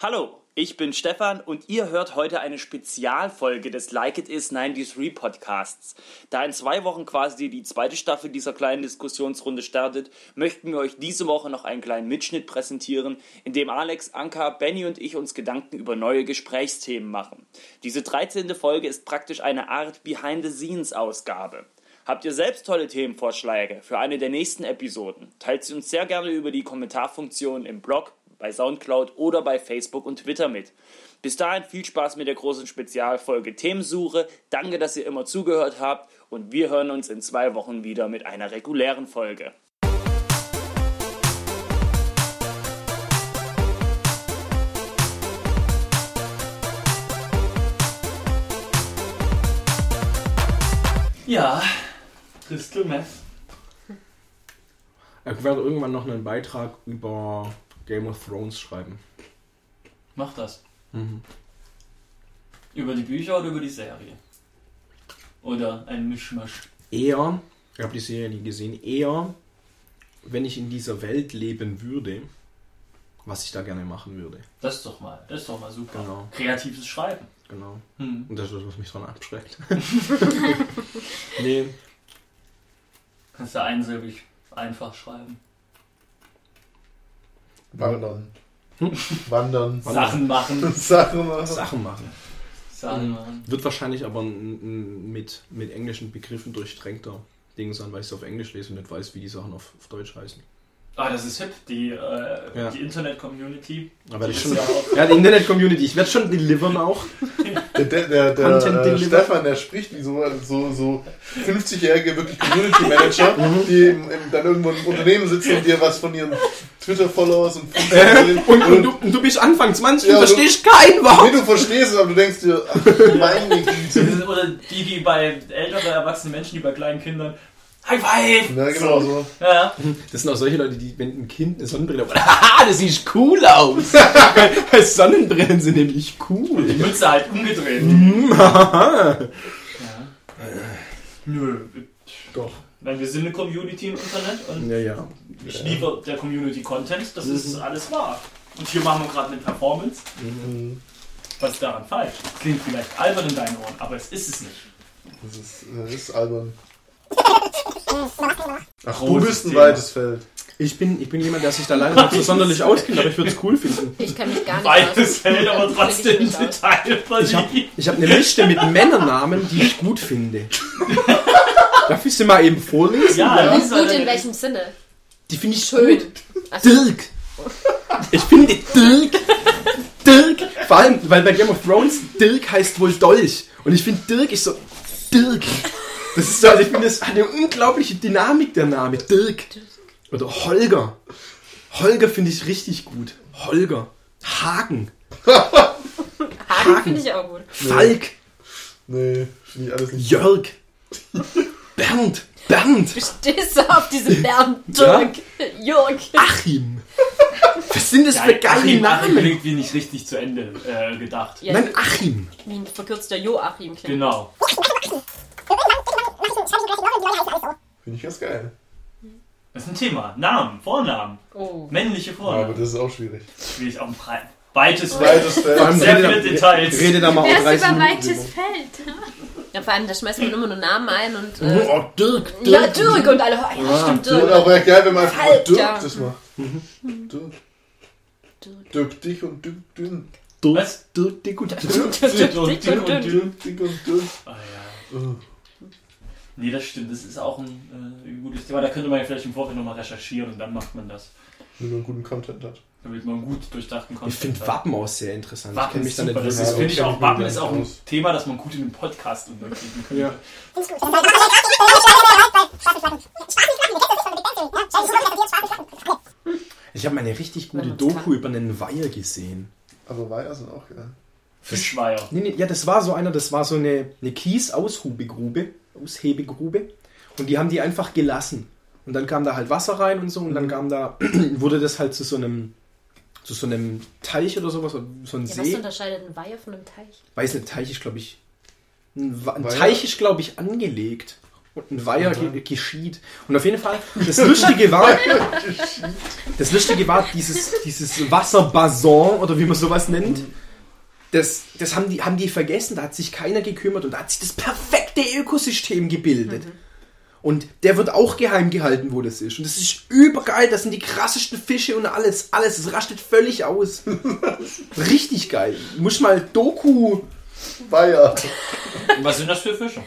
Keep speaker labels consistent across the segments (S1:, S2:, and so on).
S1: Hallo, ich bin Stefan und ihr hört heute eine Spezialfolge des Like It Is 93 Podcasts. Da in zwei Wochen quasi die zweite Staffel dieser kleinen Diskussionsrunde startet, möchten wir euch diese Woche noch einen kleinen Mitschnitt präsentieren, in dem Alex, Anka, Benny und ich uns Gedanken über neue Gesprächsthemen machen. Diese 13. Folge ist praktisch eine Art Behind-the-Scenes-Ausgabe. Habt ihr selbst tolle Themenvorschläge für eine der nächsten Episoden? Teilt sie uns sehr gerne über die Kommentarfunktion im Blog, bei Soundcloud oder bei Facebook und Twitter mit. Bis dahin viel Spaß mit der großen Spezialfolge Themensuche. Danke, dass ihr immer zugehört habt und wir hören uns in zwei Wochen wieder mit einer regulären Folge. Ja, Crystal Meth.
S2: Ich werde irgendwann noch einen Beitrag über Game of Thrones schreiben.
S1: Mach das.
S2: Mhm.
S1: Über die Bücher oder über die Serie? Oder ein Mischmasch.
S2: Eher, ich habe die Serie nie gesehen, eher, wenn ich in dieser Welt leben würde, was ich da gerne machen würde.
S1: Das ist doch mal, das ist doch mal super.
S2: Genau.
S1: Kreatives Schreiben.
S2: Genau.
S1: Hm.
S2: Und das ist das, was mich dran abschreckt. nee,
S1: Kannst du einsilbig einfach schreiben.
S3: Wandern.
S2: Hm?
S3: Wandern.
S1: Sachen machen.
S3: Sachen machen.
S2: Sachen machen.
S1: Sachen machen.
S2: Wird wahrscheinlich aber ein- ein- mit, mit englischen Begriffen durchdrängter Ding sein, weil ich es auf Englisch lese und nicht weiß, wie die Sachen auf, auf Deutsch heißen.
S1: Ah, das ist hip. Die, äh,
S2: Ja.
S1: die Internet-Community.
S2: Da werde
S1: Das
S2: ich
S1: ist
S2: schon.
S1: ja auch-
S2: Ja, die Internet-Community, ich werde schon delivern auch.
S3: Der, der, der,
S2: Content
S3: der äh,
S2: Delivery.
S3: Stefan, der spricht wie so, so, so 50-jährige wirklich Community Manager, die im, im, dann irgendwo im Unternehmen sitzen und dir was von ihren Twitter-Followers und
S2: Und, und, du, und Also, du bist Anfang 20
S3: Ja,
S2: und
S3: du-
S2: verstehst kein Wort.
S3: Nee, du verstehst es, aber du denkst dir, ach, meine
S1: Das
S3: Güte.
S1: ist, oder die, die bei älteren, erwachsenen Menschen, die bei kleinen Kindern. High five!
S3: Ja, genau so.
S1: Ja.
S2: Das sind auch solche Leute, die, wenn ein Kind eine Sonnenbrille hat, haha, das sieht cool aus. Weil Sonnenbrillen sind nämlich
S1: Die
S2: cool.
S1: Mütze halt umgedreht.
S2: Haha.
S1: Ja. Nö.
S2: Doch.
S1: Weil wir sind eine Community im Internet und
S2: Ja, Mhm. ja.
S1: ich liebe der Community Content. Das ist alles wahr. Und hier machen wir gerade eine Performance.
S3: Mhm.
S1: Was ist daran falsch? Klingt vielleicht albern in deinen Ohren, aber es ist es nicht.
S3: Das ist, das ist albern. Ach, du
S1: Großes
S3: bist ein
S1: Thema.
S3: weites Feld.
S2: Ich bin, ich bin jemand, der sich da leider nicht so sonderlich auskennt, aber ich würde es cool finden.
S4: Ich kann mich gar nicht
S1: Weites
S4: aus.
S1: Feld, aber
S4: Ich kenn mich
S1: trotzdem
S4: nicht aus.
S1: Detail
S2: Ich habe
S1: verliebt.
S2: ich hab eine Liste mit Männernamen, die ich gut finde. Darf ich sie mal eben vorlesen?
S1: Ja,
S4: Gut, Gut, in welchem Sinne?
S2: Die finde ich gut.
S4: Schön. Ach so.
S2: Dirk. Ich finde Dirk. Dirk. Vor allem, weil bei Game of Thrones Dirk heißt wohl Dolch. Und ich finde Dirk ist so. Dirk. Das ist so, also ich finde, das hat eine unglaubliche Dynamik, der Name. Dirk. Oder Holger. Holger finde ich richtig gut. Holger. Hagen.
S4: Hagen finde ich auch gut.
S2: Falk.
S3: Nee, finde ich alles nicht.
S2: Jörg. Bernd. Bernd.
S4: Stehst du auf diesem Bernd Dirk? Jörg.
S2: Achim. Was sind das für geile
S1: Achim, Achim
S2: Namen?
S1: klingt wie nicht richtig zu Ende äh, gedacht.
S4: Ja,
S2: Nein, Achim.
S4: wie ein verkürzter Joachim klingt.
S1: Genau.
S3: Finde ich ganz geil.
S1: Das ist ein Thema. Namen, Vornamen.
S4: Oh.
S1: Männliche
S3: Aber
S1: Vornamen.
S3: das ist auch schwierig.
S1: Will ich auch ein Brei- weites Feld.
S3: Weites
S2: Vor allem
S3: Feld.
S1: Sehr
S2: rede
S1: viele
S2: da-
S1: Details.
S2: Rede da mal auf
S5: Wer ist
S2: 30
S5: über
S2: Minuten.
S5: weites Feld?
S4: Ja, vor allem, da schmeißt man immer nur Namen ein und. Äh,
S2: Oh, Dirk, Dirk.
S4: ja, Dirk und alle. oh, Ja, stimmt,
S3: Das wäre
S4: Dirk.
S3: auch wäre geil, wenn man einfach mal
S4: Halt,
S3: Dirk
S4: ja.
S3: das macht. Dirk.
S4: Dirk.
S3: Dirk dich und Dirk dünn.
S2: Dirk,
S1: Was?
S2: Dirk, Dirk und Dirk.
S1: Dünn und dünn und dünn.
S3: Dirk dich und Dirk.
S1: Ah, ja. Nee, das stimmt. Das ist auch ein, äh, ein gutes Thema. Da könnte man ja vielleicht im Vorfeld nochmal recherchieren und dann macht man das.
S3: Wenn man guten Content hat.
S1: Damit man gut durchdachten
S2: Ich
S1: Content
S2: finde
S1: hat.
S2: Wappen auch sehr interessant. ich
S1: Wappen
S2: kenne
S1: ist
S2: mich da nicht
S1: super. Das
S2: wirklich
S1: ist,
S3: aus.
S1: finde ich
S3: Ich kenn
S1: auch,
S3: mich
S1: Wappen
S3: gar
S1: ist
S3: nicht
S1: auch ein
S3: aus.
S1: Thema, das man gut in einem Podcast unterkriegen könnte.
S2: Ja. Ich habe mal eine richtig gute
S4: Wenn man's
S2: Doku
S4: kann.
S2: über einen Weiher gesehen.
S3: Aber Weiher sind auch geil.
S1: Fischweier.
S2: Nee, nee, ja, das war so einer, das war so eine, eine Kies-Aushubegrube, Aushebegrube. Und die haben die einfach gelassen. Und dann kam da halt Wasser rein und so. Und dann kam da, wurde das halt zu so einem, zu so einem Teich oder sowas, so ein
S4: Ja, was
S2: See.
S4: unterscheidet ein Weiher von einem Teich?
S2: Weiß nicht, Teich ist, glaube ich. Ein, Wa- ein
S3: Weiher?
S2: Teich ist, glaube ich, angelegt. Und ein Weiher ge geschieht. Und auf jeden Fall, das Lustige war, das Lustige war dieses, dieses Wasserbasson oder wie man sowas nennt. Das, das haben, die, haben die vergessen, da hat sich keiner gekümmert und da hat sich das perfekte Ökosystem gebildet. Und der wird auch geheim gehalten, wo das ist. Und das ist übergeil, das sind die krassesten Fische und alles. Alles, es rastet völlig aus. Richtig geil. Muss mal Doku,
S3: Weiher.
S5: Und was sind das für Fische?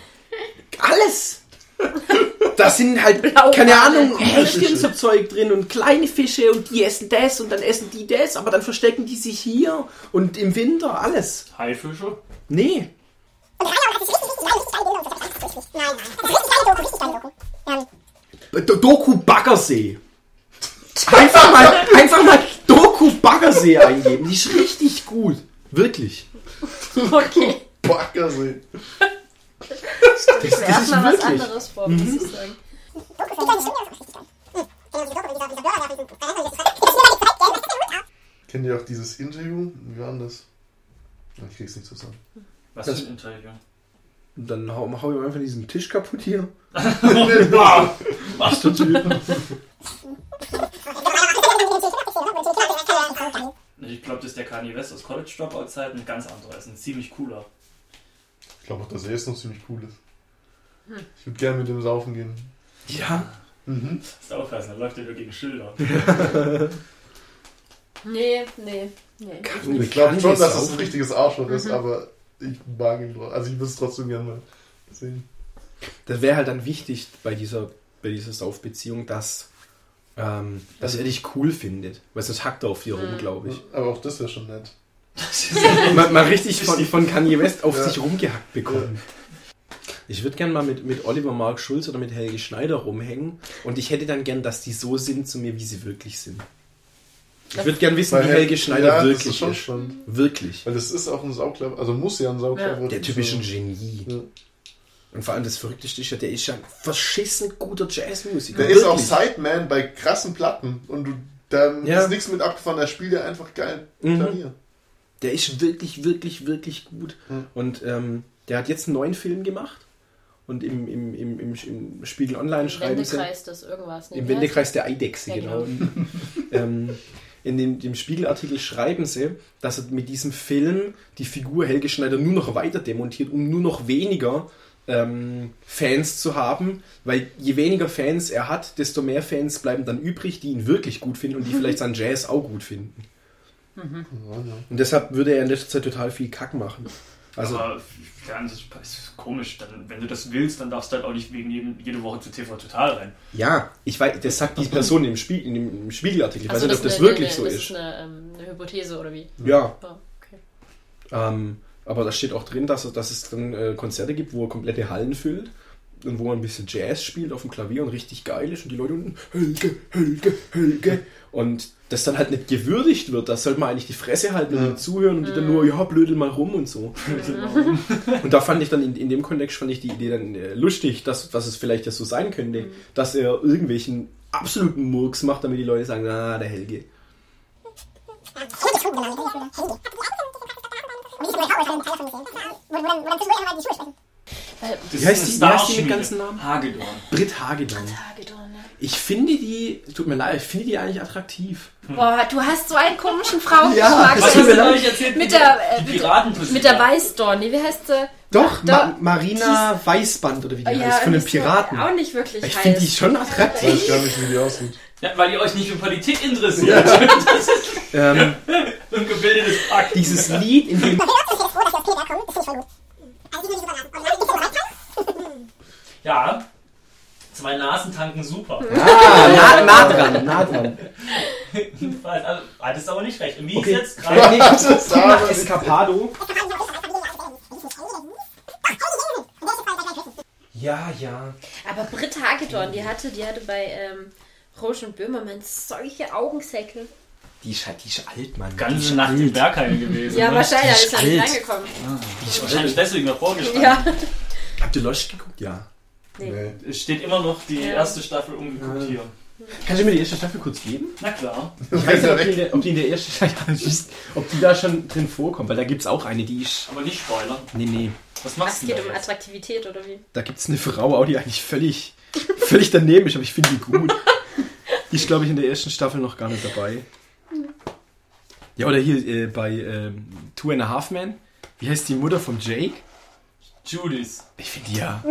S2: alles. Das sind halt,
S4: Blauwale.
S2: keine Ahnung, Hechte und so Zeug drin und kleine Fische und die essen das und dann essen die das, aber dann verstecken die sich hier und im Winter alles.
S5: Haifische?
S2: Nee. Do- Doku Baggersee. Einfach mal, einfach mal Doku Baggersee eingeben. Die ist richtig gut. Wirklich.
S4: Okay.
S3: Baggersee.
S4: Ich werf
S2: ist
S4: mal was
S2: wirklich.
S4: anderes vor, muss ich sagen.
S3: Kennt ihr auch dieses Interview? Wie war denn das? Na, Ich krieg's nicht zusammen.
S5: Was
S2: Das-
S5: für ein Interview?
S2: Und dann hau, hau ich einfach diesen Tisch kaputt hier.
S5: Wow.
S2: Was der Typ?
S5: Ich glaube, das ist der Kanye West aus College Dropout Zeit ein ganz anderer ist. Ein ziemlich cooler.
S3: Ich glaube auch, dass er jetzt noch ziemlich cool ist.
S4: Hm.
S3: Ich würde gerne mit dem saufen gehen.
S2: Ja. Mhm.
S5: Ist aufpassen, da läuft er nur gegen Schilder.
S4: Nee, nee, nee.
S3: Ich glaube schon, dass es ein richtiges Arschloch
S4: Mhm.
S3: ist, aber ich mag ihn trotzdem. Also ich würde es trotzdem gerne mal sehen.
S2: Das wäre halt dann wichtig bei dieser, bei dieser Saufbeziehung, dass, ähm, dass er dich cool findet. Weil sonst hackt er auf dir rum, glaube ich.
S3: Aber auch das wäre schon nett.
S2: Mal, mal richtig von, von Kanye West auf
S3: Ja.
S2: sich rumgehackt bekommen. Ich würde gern mal mit, mit Oliver Mark Schulz oder mit Helge Schneider rumhängen und ich hätte dann gern, dass die so sind zu mir, wie sie wirklich sind. Ich würde gern wissen, wie
S3: Hel-
S2: Helge Schneider
S3: ja, das ist
S2: wirklich
S3: schon
S2: ist.
S3: spannend.
S2: Wirklich.
S3: Weil das ist auch ein Saugklapp, also muss ja ein Saugklapp
S2: Der Typ ist ein Genie.
S3: Ja.
S2: Und vor allem das Verrückteste ist ja, der ist ja ein verschissen guter Jazzmusiker.
S3: Der ist auch
S2: Wirklich.
S3: Sideman bei krassen Platten und du, da
S2: Ja.
S3: ist nichts mit abgefahren, da spielt er einfach geil
S2: Mhm.
S3: Klavier.
S2: Der ist wirklich, wirklich, wirklich gut.
S3: Mhm.
S2: Und ähm, der hat jetzt einen neuen Film gemacht. Und im, im, im, im, im Spiegel Online schreiben sie.
S4: Wendekreis, das irgendwas. Nee,
S2: Im
S4: wie heißt
S2: Wendekreis der Eidechse,
S4: Ja,
S2: genau.
S4: genau.
S2: ähm, in dem, dem Spiegelartikel schreiben sie, dass er mit diesem Film die Figur Helge Schneider nur noch weiter demontiert, um nur noch weniger ähm, Fans zu haben, weil je weniger Fans er hat, desto mehr Fans bleiben dann übrig, die ihn wirklich gut finden und die vielleicht seinen Jazz auch gut finden.
S3: Ja, ja.
S2: Und deshalb würde er in letzter Zeit total viel Kack machen. Also,
S5: Aber ja, das ist komisch. Dann, wenn du das willst, dann darfst du halt auch nicht wegen jedem, jede Woche zu TV Total rein.
S2: ja, ich weiß, das sagt die Person im, Spie in dem, im Spiegelartikel. Ich
S4: Also
S2: weiß nicht, ob das
S4: ist eine-
S2: wirklich
S4: eine,
S2: so
S4: das
S2: ist.
S4: ist eine, ähm, eine Hypothese oder wie?
S2: Ja,
S4: Oh, okay.
S2: Ähm, aber da steht auch drin, dass, er- dass es dann äh, Konzerte gibt, wo er komplette Hallen füllt und wo er ein bisschen Jazz spielt auf dem Klavier und richtig geil ist und die Leute unten Helge, Helge, Helge und das dann halt nicht gewürdigt wird. Da sollte man eigentlich die Fresse halten und
S3: Ja.
S2: nicht zuhören und die dann nur, ja, blödel mal rum und so. und da fand ich dann in, in dem Kontext fand ich die Idee dann äh, lustig, dass, dass es vielleicht ja so sein könnte, dass er irgendwelchen absoluten Murks macht, damit die Leute sagen, ah, der Helge.
S4: Weil,
S5: Das
S2: Wie heißt die- wie heißt die mit
S5: Starschmiede.
S2: ganzen Namen?
S5: Hagedorn.
S2: Britt Hagedorn. Ich finde die, tut mir leid, ich finde die eigentlich attraktiv.
S4: Boah, du hast so einen komischen Frauengeschmack.
S2: Ja,
S5: Was
S2: Was
S4: Das
S5: hast
S2: hast
S5: du
S2: du
S4: ist-
S2: denn
S5: euch erzählt?
S4: mit der, äh,
S5: die
S4: mit,
S5: Piratenpussy.
S4: mit der Weißdorn, nee, wie heißt sie?
S2: Doch,
S4: Da-
S2: Ma Marina Weißband oder wie die heißt, von
S4: irgendwie
S2: den
S4: ist die
S2: Piraten.
S4: Auch nicht wirklich
S2: Ich
S4: heiß.
S2: finde die schon attraktiv.
S3: Ich weiß gar nicht, wie die aussieht.
S5: ja, Weil ihr euch nicht für Politik interessiert.
S2: Ähm,
S5: So ein gebildetes Pack.
S2: dieses Lied, in dem.
S5: Ja. Zwei Nasen tanken super.
S4: Mhm.
S2: Ah, nah, nah dran, nah dran.
S5: Also,
S1: ah,
S5: hattest aber nicht recht. Und wie
S2: Okay. Äh,
S5: ist jetzt gerade.
S2: Nee, guck nach Escapado. Ja, ja.
S4: Aber Britt Hagedorn, die hatte, die hatte bei ähm, Roche und Böhmermann solche Augensäckel.
S2: Die ist, halt- die ist alt, Mann. die
S5: Ganze
S2: ist
S5: Nacht im
S2: alt.
S5: Bergheim gewesen.
S4: Ja,
S5: ne?
S4: wahrscheinlich,
S2: Die ist
S4: da ist er nicht
S2: alt.
S4: reingekommen.
S2: Die ist alt.
S5: Wahrscheinlich deswegen davor gestanden.
S4: Ja.
S2: Habt ihr Lost geguckt? Ja.
S4: Nee.
S3: Nee.
S5: Es steht immer noch die
S4: Ja.
S5: erste Staffel umgeguckt hier.
S2: Kannst du mir die erste Staffel kurz geben?
S5: Na klar.
S2: Ich weiß nicht, ob die in der, ob die, in der ersten Staffel, ob die da schon drin vorkommt, weil da gibt es auch eine, die ich.
S5: Aber nicht Spoiler.
S2: Nee, nee.
S5: Was
S4: Was
S5: machst du
S4: geht
S5: denn
S4: um
S5: da jetzt?
S4: Attraktivität oder wie?
S2: Da gibt es eine Frau auch, die eigentlich völlig, völlig daneben ist, aber ich finde die gut. Die ist, glaube ich, in der ersten Staffel noch gar nicht dabei. Ja, oder hier äh, bei ähm, Two and a Half Men. Wie heißt die Mutter von Jake?
S5: Judith.
S2: Ich finde die ja.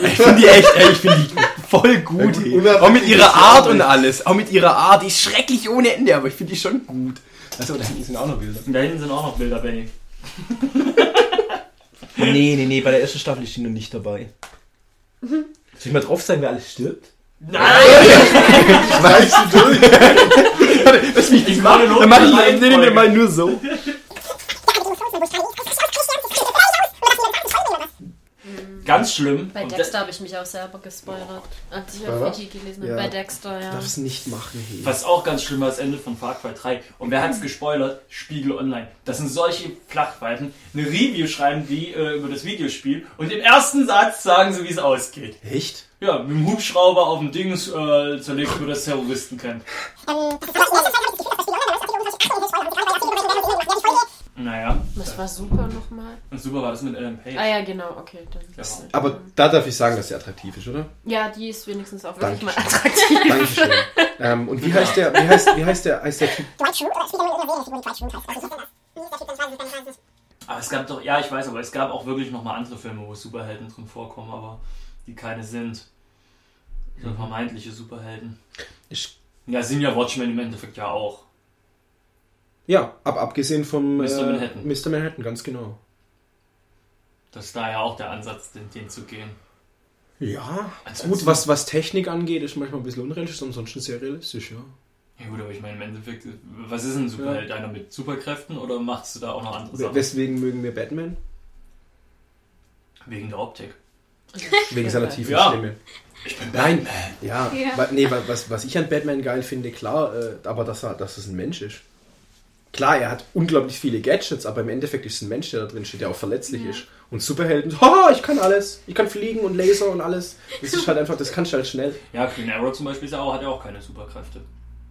S2: Ich finde die echt, ey, ich finde die voll gut.
S3: Ja,
S2: Ey.
S3: unabhängig
S2: Auch mit
S3: ist
S2: ihrer
S3: sie
S2: Art
S3: auch
S2: und
S3: nicht.
S2: alles. Auch mit ihrer Art. Die ist schrecklich ohne Ende, aber ich finde die schon gut. Achso, da hinten sind auch noch Bilder.
S5: Und da hinten sind auch noch Bilder, Benny.
S2: Nee, nee, nee, bei der ersten Staffel ist die noch nicht dabei. Soll ich mal drauf sein, wer alles stirbt?
S5: Nein!
S3: Weißt du durch?
S2: Lass mich
S5: Ich
S2: nicht
S5: mache
S2: machen.
S5: nur
S2: Dann mach ich
S5: eine
S2: nee, nee, nee,
S5: Reihenfolge.
S2: mal nur so.
S5: Ganz schlimm.
S4: Bei
S5: Und
S4: Dexter habe ich mich auch selber gespoilert, als ich
S3: Bei
S4: auf
S3: was?
S4: Wiki gelesen
S2: Ja.
S4: habe. Bei Dexter, ja.
S2: es nicht machen, hey.
S5: Was auch ganz schlimm war, das Ende von Far Cry 3. Und wer hat's gespoilert? Spiegel Online. Das sind solche Flachweiten. Eine Review schreiben die äh, über das Videospiel und im ersten Satz sagen sie, wie es ausgeht.
S2: Echt?
S5: Ja, mit dem Hubschrauber auf dem Dings äh, zerlegt nur das Terroristencamp.
S4: Ähm,
S5: Naja,
S4: Das war super nochmal.
S5: und super war das mit Ellen Page. äh,
S4: Ah ja, genau, okay. Dann.
S5: Ja.
S2: Aber
S4: da
S2: darf ich sagen, dass sie attraktiv ist, oder?
S4: Ja, die ist wenigstens auch wirklich mal
S2: Dankeschön.
S4: attraktiv.
S2: Dankeschön. ähm, und wie heißt der, wie heißt, wie heißt der, heißt der Typ?
S5: Aber es gab doch, ja, ich weiß, aber es gab auch wirklich nochmal andere Filme, wo Superhelden drin vorkommen, aber die keine sind. So vermeintliche Superhelden.
S2: Mhm. Ich-
S5: ja, sind ja Watchmen im Endeffekt ja auch.
S2: Ja, ab, abgesehen vom
S5: Mr. Manhattan.
S2: Mr. Manhattan, ganz genau.
S5: Das ist da ja auch der Ansatz, den, den zu gehen.
S2: Ja,
S5: Ansonsten-
S2: gut, was, was Technik angeht, ist manchmal ein bisschen unrealistisch, ansonsten sehr realistisch, ja.
S5: Ja gut, aber ich meine im Endeffekt, was ist ein Superheld? Einer mit Superkräften oder machst du da auch noch andere
S2: We-
S5: Sachen?
S2: Weswegen mögen wir Batman?
S5: Wegen der Optik.
S2: Wegen seiner tiefen
S5: Ja.
S2: Stimme.
S5: Ich bin
S2: Nein, ja.
S4: Ja.
S2: wa- Nee, wa- was, was ich an Batman geil finde, klar, äh, aber dass er, dass es ein Mensch ist. Klar, er hat unglaublich viele Gadgets, aber im Endeffekt ist es ein Mensch, der da drin steht, der auch verletzlich ist. Und Superhelden, haha, ich kann alles. Ich kann fliegen und Laser und alles. Das ist halt einfach, das kannst du halt schnell.
S5: Ja, Green Arrow zum Beispiel ist ja auch, hat ja auch keine Superkräfte.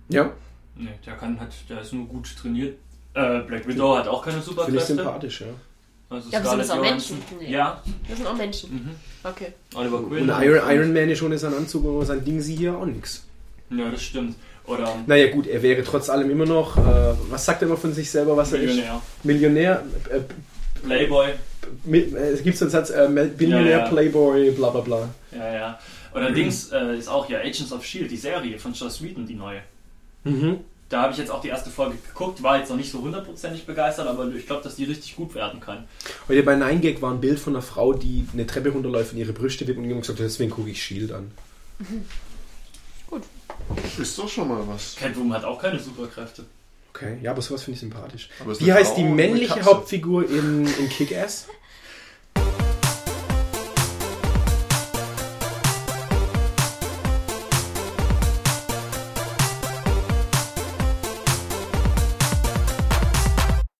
S2: Ja,
S5: Nee, der kann halt, der ist nur gut trainiert. Äh, Black Widow hat auch keine
S2: finde ich
S5: Superkräfte.
S2: sympathisch, ja.
S5: Also
S4: Ja, aber sind das auch
S5: Johansson.
S4: Menschen? Nee.
S5: Ja,
S4: Das sind auch Menschen.
S2: Mhm.
S4: Okay.
S5: Oliver Queen.
S2: Und Iron, Iron Man ist ohne seinen Anzug und ohne sein Ding sie hier auch nix.
S5: Ja, das stimmt. Oder
S2: Naja gut, er wäre trotz allem immer noch, äh, was sagt er immer von sich selber, was er
S5: Millionär.
S2: ist? Millionär, äh,
S5: Playboy.
S2: Mi- äh, Es gibt so einen Satz, äh, Millionär,
S5: Ja, ja.
S2: Playboy, bla bla bla.
S5: Ja, ja. Oder Dings äh, ist auch ja Agents of Shield, E die Serie von Joss Whedon, die neue. Da habe ich jetzt auch die erste Folge geguckt, war jetzt noch nicht so hundertprozentig begeistert, aber ich glaube, dass die richtig gut werden kann.
S2: Heute bei 9gag war ein Bild von einer Frau, die eine Treppe runterläuft und ihre Brüste wippt und jemand gesagt hat, deswegen gucke ich Shield an.
S3: Ist doch schon mal was.
S5: Catwoman hat auch keine Superkräfte.
S2: Okay, ja, aber sowas finde ich sympathisch.
S3: Aber es ist
S2: Wie
S3: eine
S2: heißt
S3: Frau
S2: die
S3: und eine
S2: männliche
S3: Katze.
S2: Hauptfigur in, in Kick-Ass?